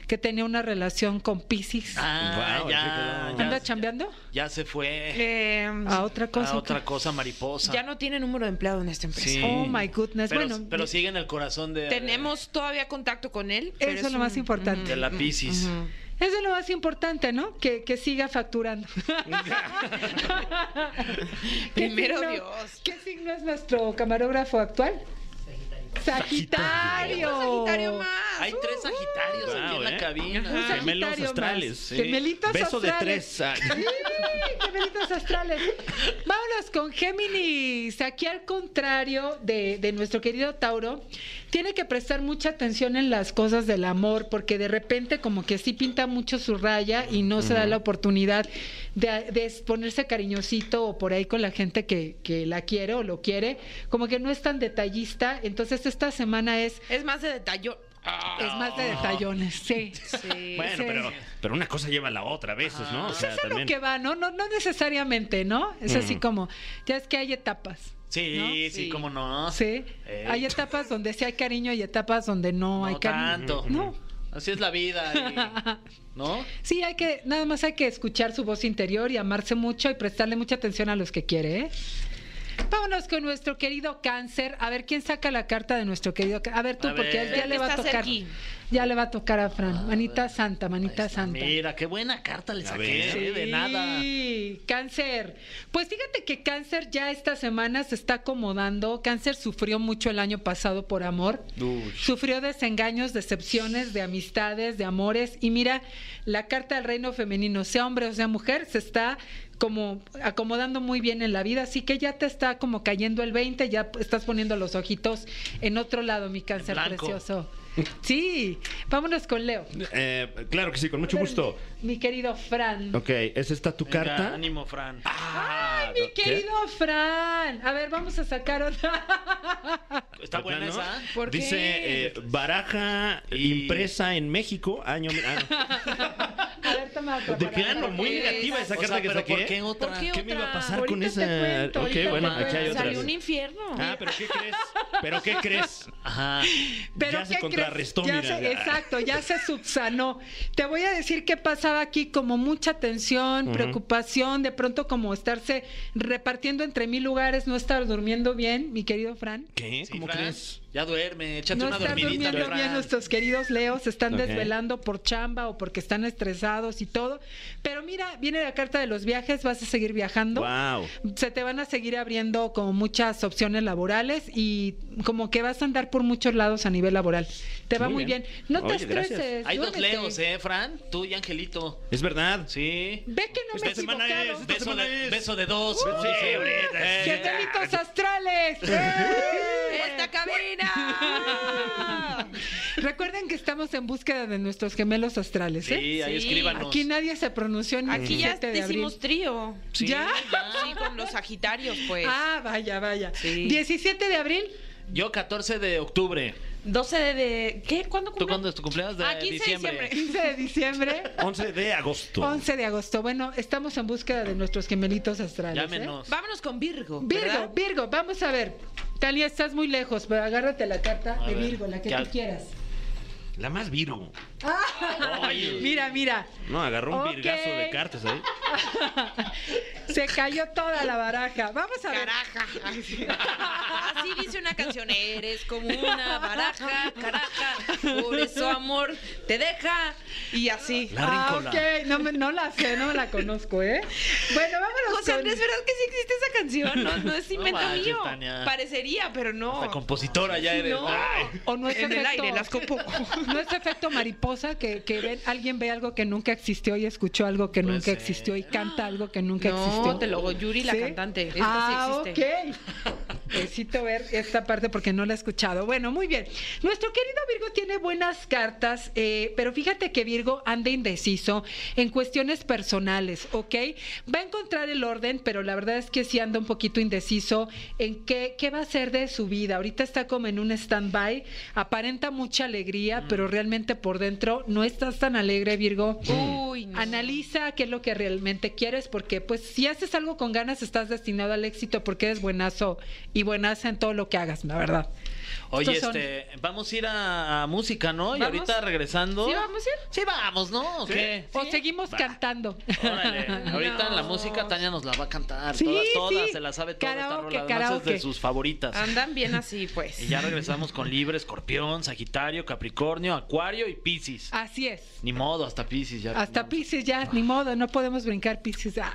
G: que tenía una relación con Pisces.
D: Ah,
C: Wow,
D: ya,
C: chico.
D: ya,
G: ¿Anda chambeando?
D: ya se fue
B: Eh,
G: A otra cosa.
D: a
G: ¿o
D: otra
G: qué?
D: cosa mariposa.
B: ya no tiene número de empleado en esta empresa.
D: Sí.
G: Oh my goodness.
D: Pero,
G: bueno,
D: pero sigue en el corazón de,
B: Tenemos todavía contacto con él. pero
G: Eso es lo más importante.
D: de la Piscis.
B: Ujú.
G: eso es lo más importante, ¿no? Que, que siga facturando. ¿Qué
B: Primero
G: signo-
B: Dios.
G: ¿Qué signo es nuestro camarógrafo actual? Sagitario.
B: Otro Sagitario
G: Ah,
B: más.
D: Hay tres
G: uh,
D: Sagitarios aquí
C: Wow,
D: en la
C: ¿eh?
D: cabina.
G: Sagitario
C: Gemelos
G: más.
C: astrales. sí.
G: Gemelitos
C: Beso de
G: astrales.
C: tres. Ah,
G: Sí, gemelitos astrales. Vámonos con Géminis. Aquí al contrario de, de nuestro querido Tauro, tiene que prestar mucha atención en las cosas del amor, porque de repente como que sí pinta mucho su raya y no se da la oportunidad de, de ponerse cariñosito o por ahí con la gente que, que la quiere o lo quiere. Como que no es tan detallista. Entonces esta semana es,
B: Es más de detalle.
G: es más de detallones. Sí.
B: Sí.
C: Bueno,
G: Sí.
C: pero, pero una cosa lleva a la otra a veces, ¿no? O
G: Pues
C: sea,
G: es a lo
C: también.
G: que va, ¿no? No, no necesariamente, ¿no? Es así como, ya es que hay etapas.
D: Sí,
G: ¿no?
D: sí,
B: Sí.
D: cómo no.
G: Sí.
D: Ey.
G: Hay etapas donde sí hay cariño y etapas donde no,
D: Eh. No
G: hay cariño.
D: tanto.
G: No.
D: Así es la vida. y- ¿No?
G: Sí, hay que, nada más hay que escuchar su voz interior y amarse mucho y prestarle mucha atención a los que quiere, ¿eh? Vámonos con nuestro querido cáncer. A ver quién saca la carta de nuestro querido cáncer. A ver tú,
D: A
G: porque
D: ver.
G: ya le va a
B: Está
G: tocar.
B: cerquí.
G: Ya le va a tocar a Fran. Manita santa, manita
D: Ahí está.
G: santa.
D: Mira, qué buena carta le
C: A
D: saqué,
C: ver.
D: ¿eh? de nada.
G: Sí, cáncer. Pues fíjate que cáncer ya esta semana se está acomodando. Cáncer sufrió mucho el año pasado por amor. Sufrió desengaños, decepciones, de amistades, de amores. Y mira, la carta del reino femenino, sea hombre o sea mujer, se está como acomodando muy bien en la vida. Así que ya te está como cayendo el 20, ya estás poniendo los ojitos en otro lado, mi cáncer
D: blanco.
G: precioso. Sí, vámonos con Leo.
C: Eh, claro que sí, con mucho gusto.
G: Mi querido Fran.
C: Ok, ¿es esta tu
D: Venga, Ah,
C: carta?
D: Ánimo, Fran.
G: ¡Ay, mi
C: ¿qué?
G: querido Fran! A ver, vamos a sacar otra.
D: ¿Está
C: ¿De
D: buena
C: plano?
D: esa?
G: ¿Por qué?
C: Dice eh, baraja
D: Y-
C: impresa en México, año. ah,
G: A ver, toma
C: no.
G: otra.
C: De
G: para-
C: plano,
G: para
C: muy
G: que-
C: negativa esa
D: O
C: carta
D: sea,
C: que
D: pero
C: saqué. ¿eh?
D: ¿por qué otra?
B: ¿Por qué
C: ¿Qué me iba a
B: otra?
C: pasar con
G: Ahorita te
C: esa?
G: cuento,
C: ok,
G: ahorita
C: bueno, aquí
G: te
C: hay
G: cuento.
C: otra.
B: Salió un infierno.
C: Ah, pero ¿qué crees? ¿Pero qué crees?
D: Ajá.
G: Pero
C: ya
G: ¿qué
C: se
G: crees?
C: contrarrestó,
G: Ya
C: mira.
G: se- exacto, ya se subsanó. Te voy a decir qué pasaba aquí, como mucha tensión, preocupación, de pronto como estarse repartiendo entre mil lugares, no estar durmiendo bien, mi querido Fran.
C: ¿Qué?
D: Sí,
C: ¿Cómo
D: Fran,
C: crees?
D: Ya duerme, échate
G: no
D: una
G: están
D: dormidita,
G: durmiendo
D: Fran.
G: bien nuestros queridos leos, se están
C: Ok.
G: desvelando por chamba o porque están estresados y todo. Pero mira, viene la carta de los viajes, vas a seguir viajando.
C: Wow.
G: Se te van a seguir abriendo como muchas opciones laborales y como que vas a andar por muchos lados a nivel laboral. Te va
C: Muy
G: muy,
C: bien.
G: bien. No te
C: Oye, gracias.
G: estreses.
D: Hay dos
G: duérmete.
D: leos, ¿eh, Fran? Tú y Angelito.
C: Es verdad.
D: Sí.
G: Ve que no me he
C: Esta semana
G: equivocado. Uh,
C: es, esta
D: Beso
C: semana
D: de,
C: es.
D: beso de dos.
C: Sí, hombre.
D: eh,
G: ¡Gemelitos astrales! ¡Eh!
B: ¡Esta cabina!
G: Recuerden que estamos en búsqueda de nuestros gemelos astrales, ¿eh?
D: Sí, ahí
B: Sí.
D: escríbanos.
G: Aquí nadie se pronunció en
B: Aquí ya
G: 17 de abril.
B: decimos trío.
D: Sí,
G: ¿Ya?
B: Sí, con los Sagitarios, pues.
G: Ah, vaya, vaya.
B: Sí.
G: 17 de abril.
D: Yo 14 de octubre.
B: 12 de. de- ¿Qué? ¿Cuándo
D: ¿Tú
B: cumple?
D: cuándo es tu cumpleaños? De
B: Ah, 15 de diciembre.
G: 15 de diciembre.
C: 11 de agosto.
G: 11 de agosto. Bueno, estamos en búsqueda de nuestros gemelitos astrales. ¿eh?
D: Llámenos.
B: Vámonos con Virgo.
G: Virgo,
B: ¿verdad?
G: Virgo, vamos a ver. Talia, estás muy lejos, pero agárrate la carta
D: A
G: de
D: ver,
G: Virgo, la que
D: ya.
G: tú quieras.
C: La más virgo. Oye.
G: Mira, mira.
C: No, agarró un
G: Ok.
C: virgazo de cartas ahí.
G: Se cayó toda la baraja. Vamos a ver.
B: Caraja.
E: Así dice una canción, eres como una baraja, caraja, por eso amor te deja.
B: Y así.
D: La
G: Ah,
D: rincola.
G: ok. No, me- no la sé, no me la conozco, ¿eh? Bueno, vámonos
B: José
G: con-
B: Andrés, ¿verdad que sí existe esa canción? No, no es
D: No
B: invento
D: manches,
B: mío.
D: Tania.
B: Parecería, pero no.
D: La compositora ya eres.
B: No.
D: Ay.
G: O no es
B: En el
G: efecto-
B: aire, las compongo.
G: No es efecto mariposa que, que ven- alguien ve algo que nunca existió y escuchó algo que
D: Puede
G: nunca
D: ser.
G: existió y canta algo que
B: No,
G: nunca existió.
B: te lo Yuri, la
G: ¿Sí?
B: cantante. Esta sí
G: ah,
B: existe.
G: ok. Necesito ver esta parte porque no la he escuchado. Bueno, muy bien. Nuestro querido Virgo tiene buenas cartas, eh, pero fíjate que Virgo anda indeciso en cuestiones personales, ¿ok? Va a encontrar el orden, pero la verdad es que sí anda un poquito indeciso en qué, qué va a hacer de su vida. Ahorita está como en un stand-by, aparenta mucha alegría, pero realmente por dentro no estás tan alegre, Virgo.
B: Uh,
E: Uy, no.
G: Analiza qué es lo que realmente quieres, porque pues si haces algo con ganas estás destinado al éxito porque eres buenazo y buenaza en todo lo que hagas, la verdad.
D: Oye,
G: Estos son-
D: este, vamos a ir a, a música, ¿no? Y
G: ¿Vamos?
D: ahorita regresando.
E: ¿Sí vamos a ir?
D: Sí, vamos, ¿no? ¿O qué?
G: O seguimos cantando.
D: Órale. Ahorita en la
E: No.
D: música Tania nos la va a cantar.
G: Sí,
D: todas, todas,
G: sí.
D: se la sabe toda esta
G: Karaoke,
D: rola. Además es de
G: karaoke. Ah,
D: sus favoritas.
E: Andan bien así,
D: Y
E: pues.
D: ya regresamos con Libre, Escorpión, Sagitario, Capricornio, Acuario y Piscis.
G: Así es.
D: Ni modo, hasta Piscis ya.
G: Ah. Hasta Pisces ya, ni modo, no podemos brincar Pisces. Ah.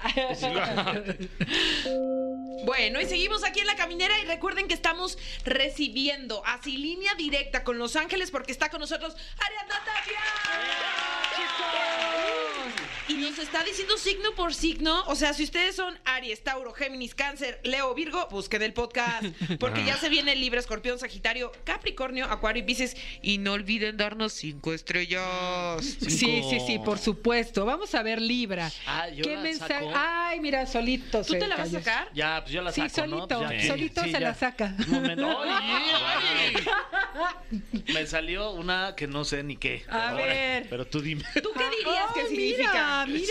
E: Bueno, y seguimos aquí en la caminera y recuerden que estamos recibiendo así línea directa con Los Ángeles porque está con nosotros Ariadna Tapia. Y nos está diciendo signo por signo, o sea, si ustedes son Aries, Tauro, Géminis, Cáncer, Leo, Virgo, busquen el podcast, porque ya se viene Libre, Escorpión, Sagitario, Capricornio, Acuario y Pisces. Y no olviden darnos cinco estrellas.
G: Sí, sí, sí, por supuesto. Vamos a ver Libra.
D: Ah, yo la saco.
G: Ay, mira, solito.
E: ¿Tú
G: se
E: te la vas a
G: cayó.
E: sacar?
D: Ya, pues yo la
G: Sí,
D: saco,
G: solito,
D: ¿no? Pues ya,
C: sí.
G: solito se la saca.
D: Un momento. ¡Ay! Me salió una que no sé ni qué.
G: A
D: Ahora,
G: ver.
D: Pero tú dime.
E: ¿Tú qué dirías que
G: Ay,
E: significa?
G: Mira,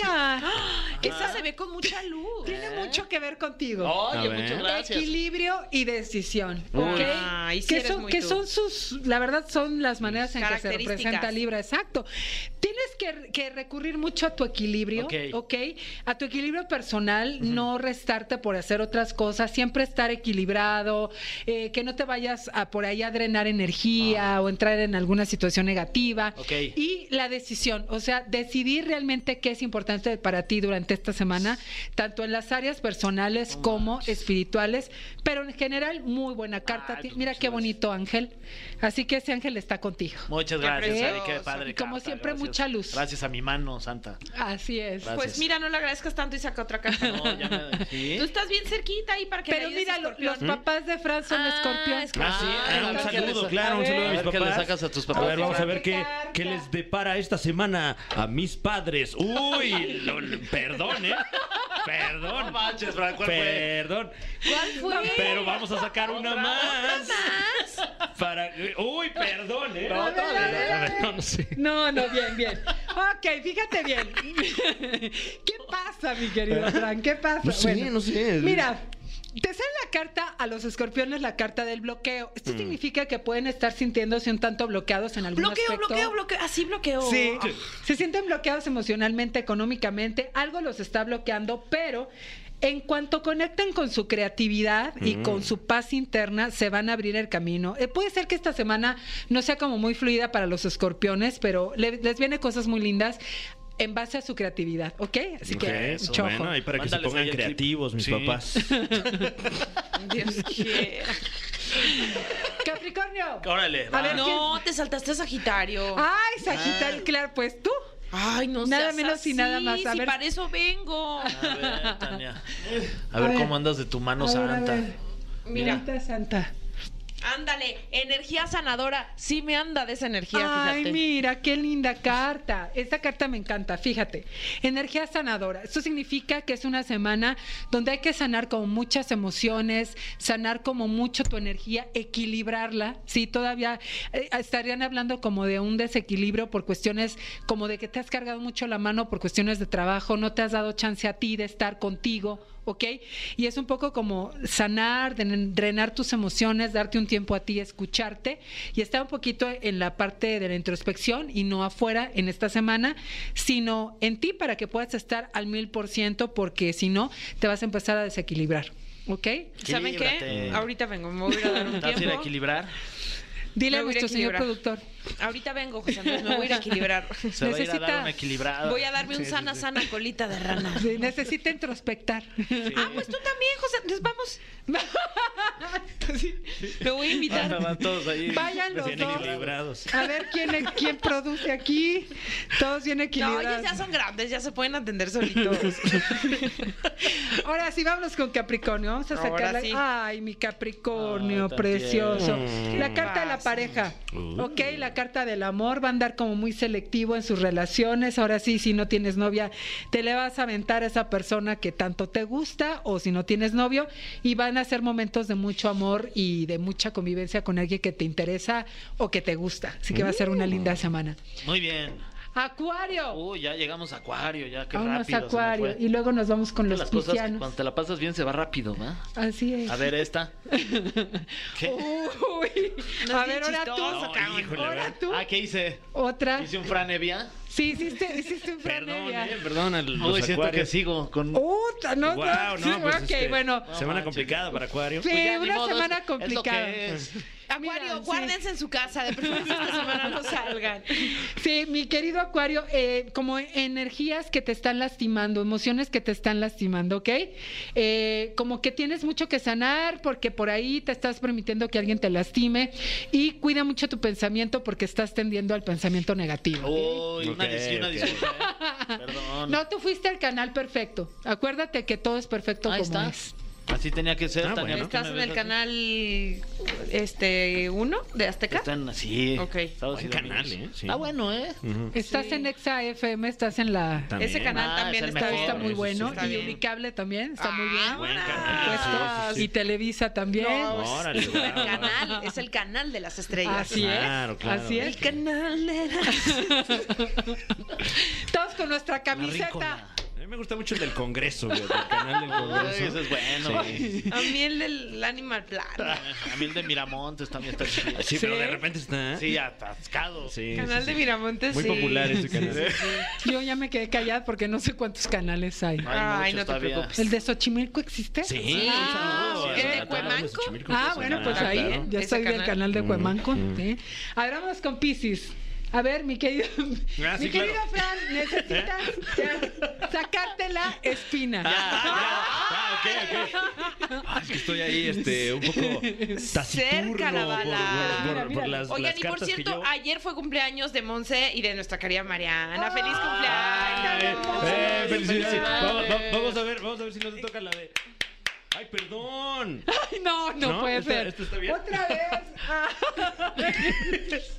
G: mira.
E: Esa se ve con mucha luz. ¿Eh?
G: Tiene mucho que ver contigo.
D: Oye,
C: A ver.
D: muchas gracias.
G: Equilibrio y decisión. ¿ok?
E: Ay, sí
G: que
E: eres
G: son,
E: muy
G: que
E: tú.
G: son sus, la verdad, son las maneras en que se
E: Características.
G: representa Libra, exacto. Tienes que, que recurrir mucho a tu equilibrio,
D: Ok.
G: ¿ok? A tu equilibrio personal, no restarte por hacer otras cosas, siempre estar equilibrado, eh, que no te vayas a por ahí a drenar energía o entrar en alguna situación negativa.
D: Ah. Ok.
G: Y la decisión, o sea, decidir realmente qué es importante para ti durante esta semana, tanto en las áreas personales como espirituales, pero en general muy buena
C: Ah,
G: carta.
D: Ay,
G: Ti-
D: pues,
G: Mira
D: muchas
G: qué
D: gracias.
G: bonito ángel. Así que ese ángel está contigo.
D: Muchas gracias,
G: precioso.
D: Ari, qué padre.
G: Y como
D: carta,
G: siempre,
D: gracias.
G: mucha luz.
D: Gracias a mi mano, Santa.
G: Así es.
D: Gracias.
E: Pues mira, no le agradezcas tanto y saca otra carta.
D: No, ya me. ¿Sí?
E: Tú estás bien cerquita ahí para que
G: Pero mira, lo- los papás de Fran son
E: Ah,
G: escorpión.
E: es que-
C: Ah, sí. Ah, un
D: A ver,
C: saludo,
D: ¿qué
C: claro, un
G: les-
C: saludo a
D: a
C: mis
D: ver, ¿qué
C: papás.
D: le sacas a tus papás?
C: A ver, vamos a ver
G: ¿Qué
C: qué,
G: carta?
C: qué les depara esta semana a mis padres. Uy, lo- lo- perdón, ¿eh?
D: No
C: Perdón.
D: manches, Fran, ¿cuál fue?
C: Perdón.
E: ¿Cuál fue?
C: Pero vamos a sacar una más. Para... Uy, perdón, ¿eh?
G: A ver, a ver, a
C: A ver, no, no sé.
G: No, no, bien, bien. Ok, fíjate bien. ¿Qué pasa, mi querido Fran? ¿Qué pasa?
C: No sé, Pues no sé.
G: Mira. Te sale la carta a los escorpiones, la carta del bloqueo. Esto
C: Mm.
G: significa que pueden estar sintiéndose un tanto bloqueados en algún
E: Bloqueo,
G: aspecto.
E: bloqueo, bloqueo.
B: Ah,
E: Así bloqueo.
G: Sí. Se sienten bloqueados emocionalmente, económicamente, algo los está bloqueando, pero en cuanto conecten con su creatividad
C: Mm.
G: y con su paz interna, se van a abrir el camino. Eh, puede ser que esta semana no sea como muy fluida para los escorpiones, pero le- les viene cosas muy lindas en base a su creatividad, ¿ok? Así
C: Ok,
G: que,
C: eso,
G: mucho ojo.
C: bueno, y para que se
D: Mándales ahí
C: pongan
D: el clip.
C: creativos mis
D: Sí.
C: papás.
B: Ah,
E: Dios quiera.
G: Capricornio.
D: Órale,
G: A ver,
D: va.
E: No, te saltaste a Sagitario.
D: Ah.
G: Ay, Sagitario, claro, pues tú.
E: Ay, no
G: Nada
E: seas
G: menos y nada
E: así,
G: más. A
E: si
G: ver. Ah.
E: para eso vengo.
D: A ver, Tania. A
G: A
D: ver
G: ver.
D: cómo andas de tu mano
G: A ver, a
D: santa.
G: ver.
E: Mira.
G: Santa, Santa.
E: Ándale, energía sanadora. Sí me anda de esa energía,
G: Ay,
E: fíjate.
G: mira, qué linda carta. Esta carta me encanta, fíjate. Energía sanadora. Esto significa que es una semana donde hay que sanar como muchas emociones, sanar como mucho tu energía, equilibrarla. Sí, todavía eh, estarían hablando como de un desequilibrio por cuestiones como de que te has cargado mucho la mano por cuestiones de trabajo, no te has dado chance a ti de estar contigo. ¿ok? Y es un poco como sanar, dren- drenar tus emociones, darte un tiempo a ti, escucharte y estar un poquito en la parte de la introspección y no afuera en esta semana, sino en ti para que puedas estar al mil por ciento porque si no te vas a empezar a desequilibrar, ¿ok?
B: ¿Saben qué?
D: Equilíbrate.
B: Ahorita vengo, me voy a ir a dar un
D: ¿Te vas a ir a
B: tiempo.
D: equilibrar?
G: Dile
B: Me
G: a
B: voy a
G: nuestro señor
B: equilibrar.
G: productor.
B: Ahorita vengo, José Andrés, me voy a ir a equilibrar.
D: Se va a ir a dar
G: Necesita-
D: una equilibrada.
B: Voy a darme un sana, sana colita de rana.
G: Sí, Necesita introspectar.
B: Ah, pues tú también, José Andrés, vamos. Me voy a invitar.
D: Van todos ahí.
G: Vayan los
D: recién
G: dos.
D: equilibrados.
G: A ver quién, quién produce aquí. Todos bien
B: No,
G: equilibrados.
B: ellos ya son grandes, ya se pueden atender solitos.
G: Ahora sí, vámonos con Capricornio. Vamos a
B: Ahora
G: sacar la...
B: sí.
G: Ay, mi Capricornio,
D: Ay, tan Mm.
G: precioso. La carta de la
B: Pasa.
G: pareja.
D: Uh.
G: Ok, la carta del amor. Va a andar como muy selectivo en sus relaciones. Ahora sí, si no tienes novia, te le vas a aventar a esa persona que tanto te gusta o si no tienes novio. Y van a ser momentos de mucho amor y de mucha convivencia con alguien que te interesa o que te gusta. Así que va a ser una
D: Mm.
G: linda semana.
D: Muy bien.
G: Acuario.
D: Uy, ya llegamos a Acuario, ya Uh, qué
G: Vámonos
D: rápido.
G: a
D: se me
G: Acuario.
D: fue.
G: Y luego nos vamos con los
D: las cosas que
G: cristianos.
D: cuando te la pasas bien se va rápido, ¿va?
G: Así es.
D: A ver, esta. ¿Qué?
G: Uy.
B: No
G: a
B: es bien
G: ver, ahora tú.
B: chistoso, cabrón.
D: híjole,
G: ahora
D: ¿verdad?
G: tú.
D: Ah, ¿qué hice?
G: Otra.
D: ¿Hice un franevia?
G: Sí, hiciste, hiciste un plan
C: Perdón,
G: media.
C: eh, perdón a los
D: Uy, siento que
C: acuarios.
D: sigo con...
G: Uta, no, no,
C: Guau,
G: sí,
C: no, pues,
G: ok,
C: este,
G: bueno.
C: Semana
D: manches.
C: complicada para Acuario.
G: Sí,
D: Pues ya, ni
G: una
D: modo, es-
G: semana
D: es lo que
G: complicada.
D: es.
G: Mira,
B: Acuario,
G: sí.
B: guárdense en su casa, de preferencia esta semana no salgan.
G: Sí, mi querido Acuario, eh, como energías que te están lastimando, emociones que te están lastimando, ¿ok? Eh, como que tienes mucho que sanar porque por ahí te estás permitiendo que alguien te lastime y cuida mucho tu pensamiento porque estás tendiendo al pensamiento negativo.
D: Oh,
G: ¿ok?
D: Uy, una
C: Ok,
D: dis- una
C: ok.
D: disculpa. eh. Perdón.
G: No, tú fuiste el canal perfecto. Acuérdate que todo es perfecto
D: Ahí
G: como
D: está.
G: es.
D: Así tenía que ser.
C: Ah,
D: Tania,
C: bueno.
D: ¿no?
B: ¿Estás
D: ¿Tú
B: en
D: me
B: el
D: ves
B: canal este uno de Azteca?
D: Está en así.
B: Ok.
D: Sábados y
C: Buen canal,
D: domingos.
C: ¿eh? Sí.
D: Está bueno, ¿eh?
G: Estás
B: Sí.
G: en Exa FM, estás en la.
C: También.
B: Ese canal
D: Ah,
B: también
D: es el
B: está,
D: mejor,
G: Está,
B: bien.
G: está muy
D: sí,
G: bueno.
B: está
G: y
B: bien.
G: Unicable también, está muy
B: Ah,
G: bien.
C: Buen
G: Pues,
C: canal. sí, sí,
G: Y
C: sí.
G: Televisa también.
C: Órale,
B: Es el
C: guau.
B: canal, es el canal de las estrellas.
G: Así
C: Claro,
G: es.
C: claro.
G: Así es.
B: El canal de las
G: Todos con nuestra camiseta.
D: Rícola.
C: A mí me gusta mucho el del Congreso, güey, del canal del Congreso.
D: Ay, Eso es bueno. güey.
B: A mí el del Animal Planet.
D: A mí el de Miramontes también está chido.
C: Ah, Sí, pero de repente está. ¿eh?
D: Sí, atascado.
C: Sí,
B: Canal
C: sí,
B: de
C: sí.
B: Miramontes.
C: Muy
B: sí.
C: popular ese canal.
G: Yo ya me quedé callada porque no sé cuántos canales hay.
D: Hay
B: Ay,
D: muchos
B: no te
D: todavía.
B: preocupes.
G: ¿El de Xochimilco existe?
C: Sí,
G: Ah,
C: sí,
G: ok.
C: sí, sí,
B: ¿De Cuemanco?
C: Xochimilco,
G: Ah,
C: pues,
G: bueno,
C: ah,
G: pues ahí.
C: claro.
G: Yo
B: Ese
G: soy del
B: canal.
G: canal de
C: Mm,
G: Cuemanco.
C: mm.
G: ¿eh? A ver, vamos con Piscis. A ver, mi querido,
C: Ah, sí,
G: mi querido
C: claro.
G: Fran, necesitas ya sacarte la espina.
C: Ah, ok, ok. Ah, es que estoy ahí este, un poco taciturno
B: Cerca la
C: por-
B: bala.
C: por, por- por
G: Mira,
C: las,
B: Oigan,
C: las
B: y por
C: cartas que
B: cierto,
C: yo-
B: ayer fue cumpleaños de Monse y de nuestra querida Mariana. ¡Feliz
C: Ay,
B: cumpleaños!
C: eh,
G: Ay,
C: felicidades.
D: felicidades.
C: Vamos, va- vamos a ver, vamos a ver si no te toca la de. Ay, perdón.
G: Ay, no, no,
C: No,
G: puede
C: esta-
G: ser.
C: esta está bien.
G: Otra vez. Ay.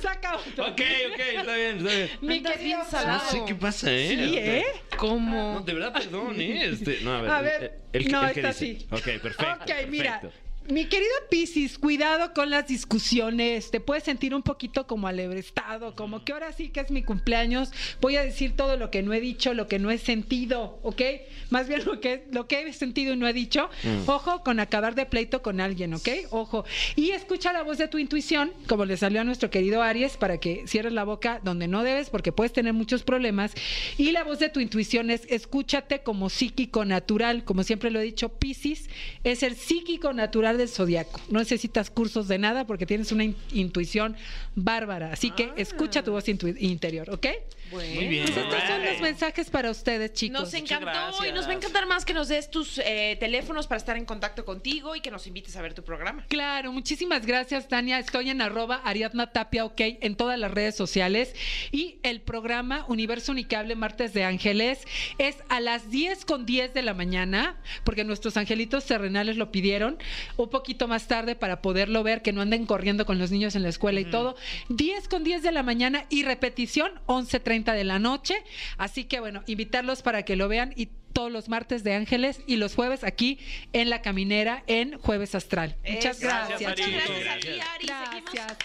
G: Saca otro.
C: Ok, ok, está bien, está bien.
G: Mi
B: Andas
G: querido
B: bien
G: Fran.
C: No
B: Claro.
C: sé qué pasa, ¿eh? O
G: Sí,
C: sea,
G: ¿eh?
C: No,
B: ¿Cómo?
C: de verdad, perdón, ¿eh? Este, no, a ver.
G: A ver,
C: el- el-
G: no,
C: el que
G: está
C: dice.
G: así.
C: Ok, perfecto.
G: Ok, mira.
C: perfecto.
G: Mi querido Piscis, cuidado con las discusiones. Te puedes sentir un poquito como alebrestado, como que ahora sí que es mi cumpleaños. Voy a decir todo lo que no he dicho, lo que no he sentido, ¿ok? Más bien lo que, lo que he sentido y no he dicho.
C: Mm.
G: Ojo con acabar de pleito con alguien, ¿ok? Ojo. Y escucha la voz de tu intuición, como le salió a nuestro querido Aries, para que cierres la boca donde no debes, porque puedes tener muchos problemas. Y la voz de tu intuición es escúchate como psíquico natural. Como siempre lo he dicho, Piscis es el psíquico natural del zodiaco. No necesitas cursos de nada porque tienes una in- intuición bárbara. Así que escucha tu voz intu- interior, ¿ok?
D: Muy Ah. bien.
G: Pues estos son los
D: Órale.
G: mensajes para ustedes, chicos.
B: Nos
D: muchas
B: encantó y
D: gracias.
B: nos va a encantar más que nos des tus eh, teléfonos para estar en contacto contigo y que nos invites a ver tu programa.
G: Claro, muchísimas gracias, Tania. Estoy en arroba Ariadna Tapia, ok, en todas las redes sociales. Y el programa Universo Unicable Martes de Ángeles es a las 10 con 10 de la mañana, porque nuestros angelitos terrenales lo pidieron un poquito más tarde para poderlo ver, que no anden corriendo con los niños en la escuela y todo. 10 con 10 de la mañana y repetición 11.30 de la noche. Así que bueno, invitarlos para que lo vean y todos los martes de Ángeles y los jueves aquí en La Caminera en Jueves Astral. Muchas
B: Eso.
G: gracias.
B: Muchas
D: Marito.
B: gracias Uh. a ti, Ari. Seguimos
G: Gracias.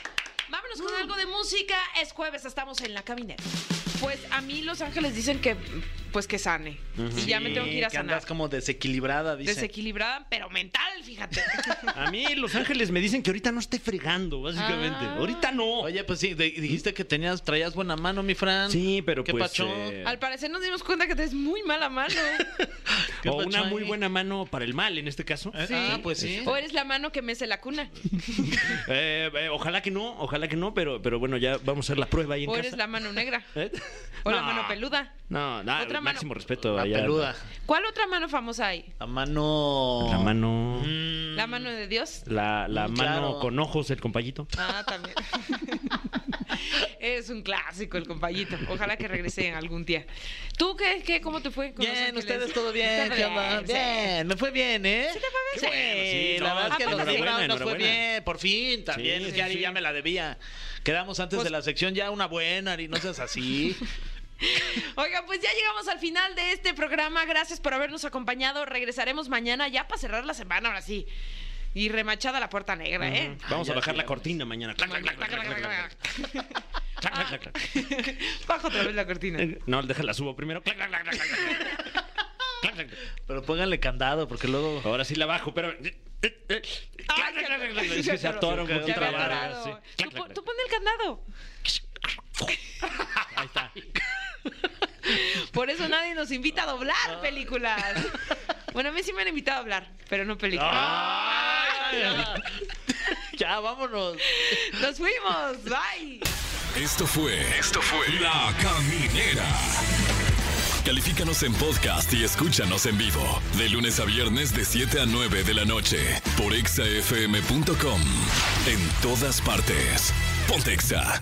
B: Vámonos con algo de música. Es jueves, estamos en la caminera. Pues a mí Los Ángeles dicen que pues que sane. Y ya me tengo que ir a
D: que andas
B: sanar.
D: como desequilibrada, dice.
B: Desequilibrada, pero mental, fíjate.
C: A mí Los Ángeles me dicen que ahorita no esté fregando, básicamente.
B: Ah.
C: Ahorita no.
D: Oye, pues sí, de- dijiste que tenías, traías buena mano, mi Fran.
C: sí, pero
D: ¿Qué
C: pues...
D: pacho?
C: eh,
B: Al parecer nos dimos cuenta que es muy mala mano.
D: ¿Qué
C: o
D: pacho
C: una
D: ahí?
C: muy buena mano para el mal, en este caso.
D: Eh, Ah, pues sí.
B: O eres la mano que mece la cuna.
C: Eh, eh, ojalá que no, ojalá que no, pero, pero bueno, ya vamos a hacer la prueba ahí en
B: O
C: casa.
B: eres la mano negra.
C: ¿Eh?
B: O la
C: No.
B: mano peluda.
C: No, no,
B: Otra mano-
C: máximo respeto.
D: La
C: allá.
D: peluda.
B: ¿Cuál otra mano famosa hay?
D: La mano.
C: La mano...
D: Mm.
B: ¿La mano de Dios?
C: La, la
D: Mm,
C: mano
D: claro.
C: con ojos, el compañito.
B: Ah, también. es un clásico el compañito. Ojalá que regrese algún día. ¿Tú qué? qué ¿Cómo te fue? con Los
D: Bien,
B: Ángeles?
D: ustedes todo bien,
B: Todo
D: ¿qué onda?
B: sí.
D: Bien, me fue bien, ¿eh?
B: te
D: Sí,
B: fue bien.
C: Sí,
D: la
C: no,
D: verdad es que los
B: aparte-
D: Big Brown nos
C: enhorabuena,
D: fue
C: enhorabuena.
D: bien, por fin, también.
C: Sí,
D: es
C: sí,
D: que Ari
C: sí.
D: ya me la debía. Quedamos antes
B: Pues-
D: de la sección ya una buena, Ari, no seas así.
B: Oigan, pues ya llegamos al final de este programa. Gracias por habernos acompañado. Regresaremos mañana ya para cerrar la semana, ahora sí. Y remachada la puerta negra, ¿eh?
C: Vamos
D: ya
C: a bajar
D: sí,
C: la
D: ya.
C: cortina mañana. Clac, clac, clac, clac, clac, clac, clac. Clac, clac, clac, clac.
B: Bajo otra vez la cortina.
C: Eh, No, déjala, subo primero. Clac, clac, clac, clac, clac, clac. Clac, clac, clac.
D: Pero pónganle candado, porque luego.
C: Ahora sí la bajo, pero. eh,
B: Ah,
C: Es que se atora un
D: Se había
C: poquito la barra.
B: atorado.
C: sí.
B: Tú,
C: Clac, clac,
B: pon- tú pon
C: clac.
B: el candado.
C: Ahí está.
B: Por eso nadie nos invita a
D: Ah.
B: doblar películas. Bueno, a mí sí me han invitado a hablar, pero no películas.
D: ¡Ay! ya, vámonos. Ah.
B: Nos fuimos. Bye.
A: Esto fue. Esto fue. La Caminera. Califícanos en podcast y escúchanos en vivo. De lunes a viernes, de 7 a 9 de la noche. Por exafm.com. En todas partes. Pontexa.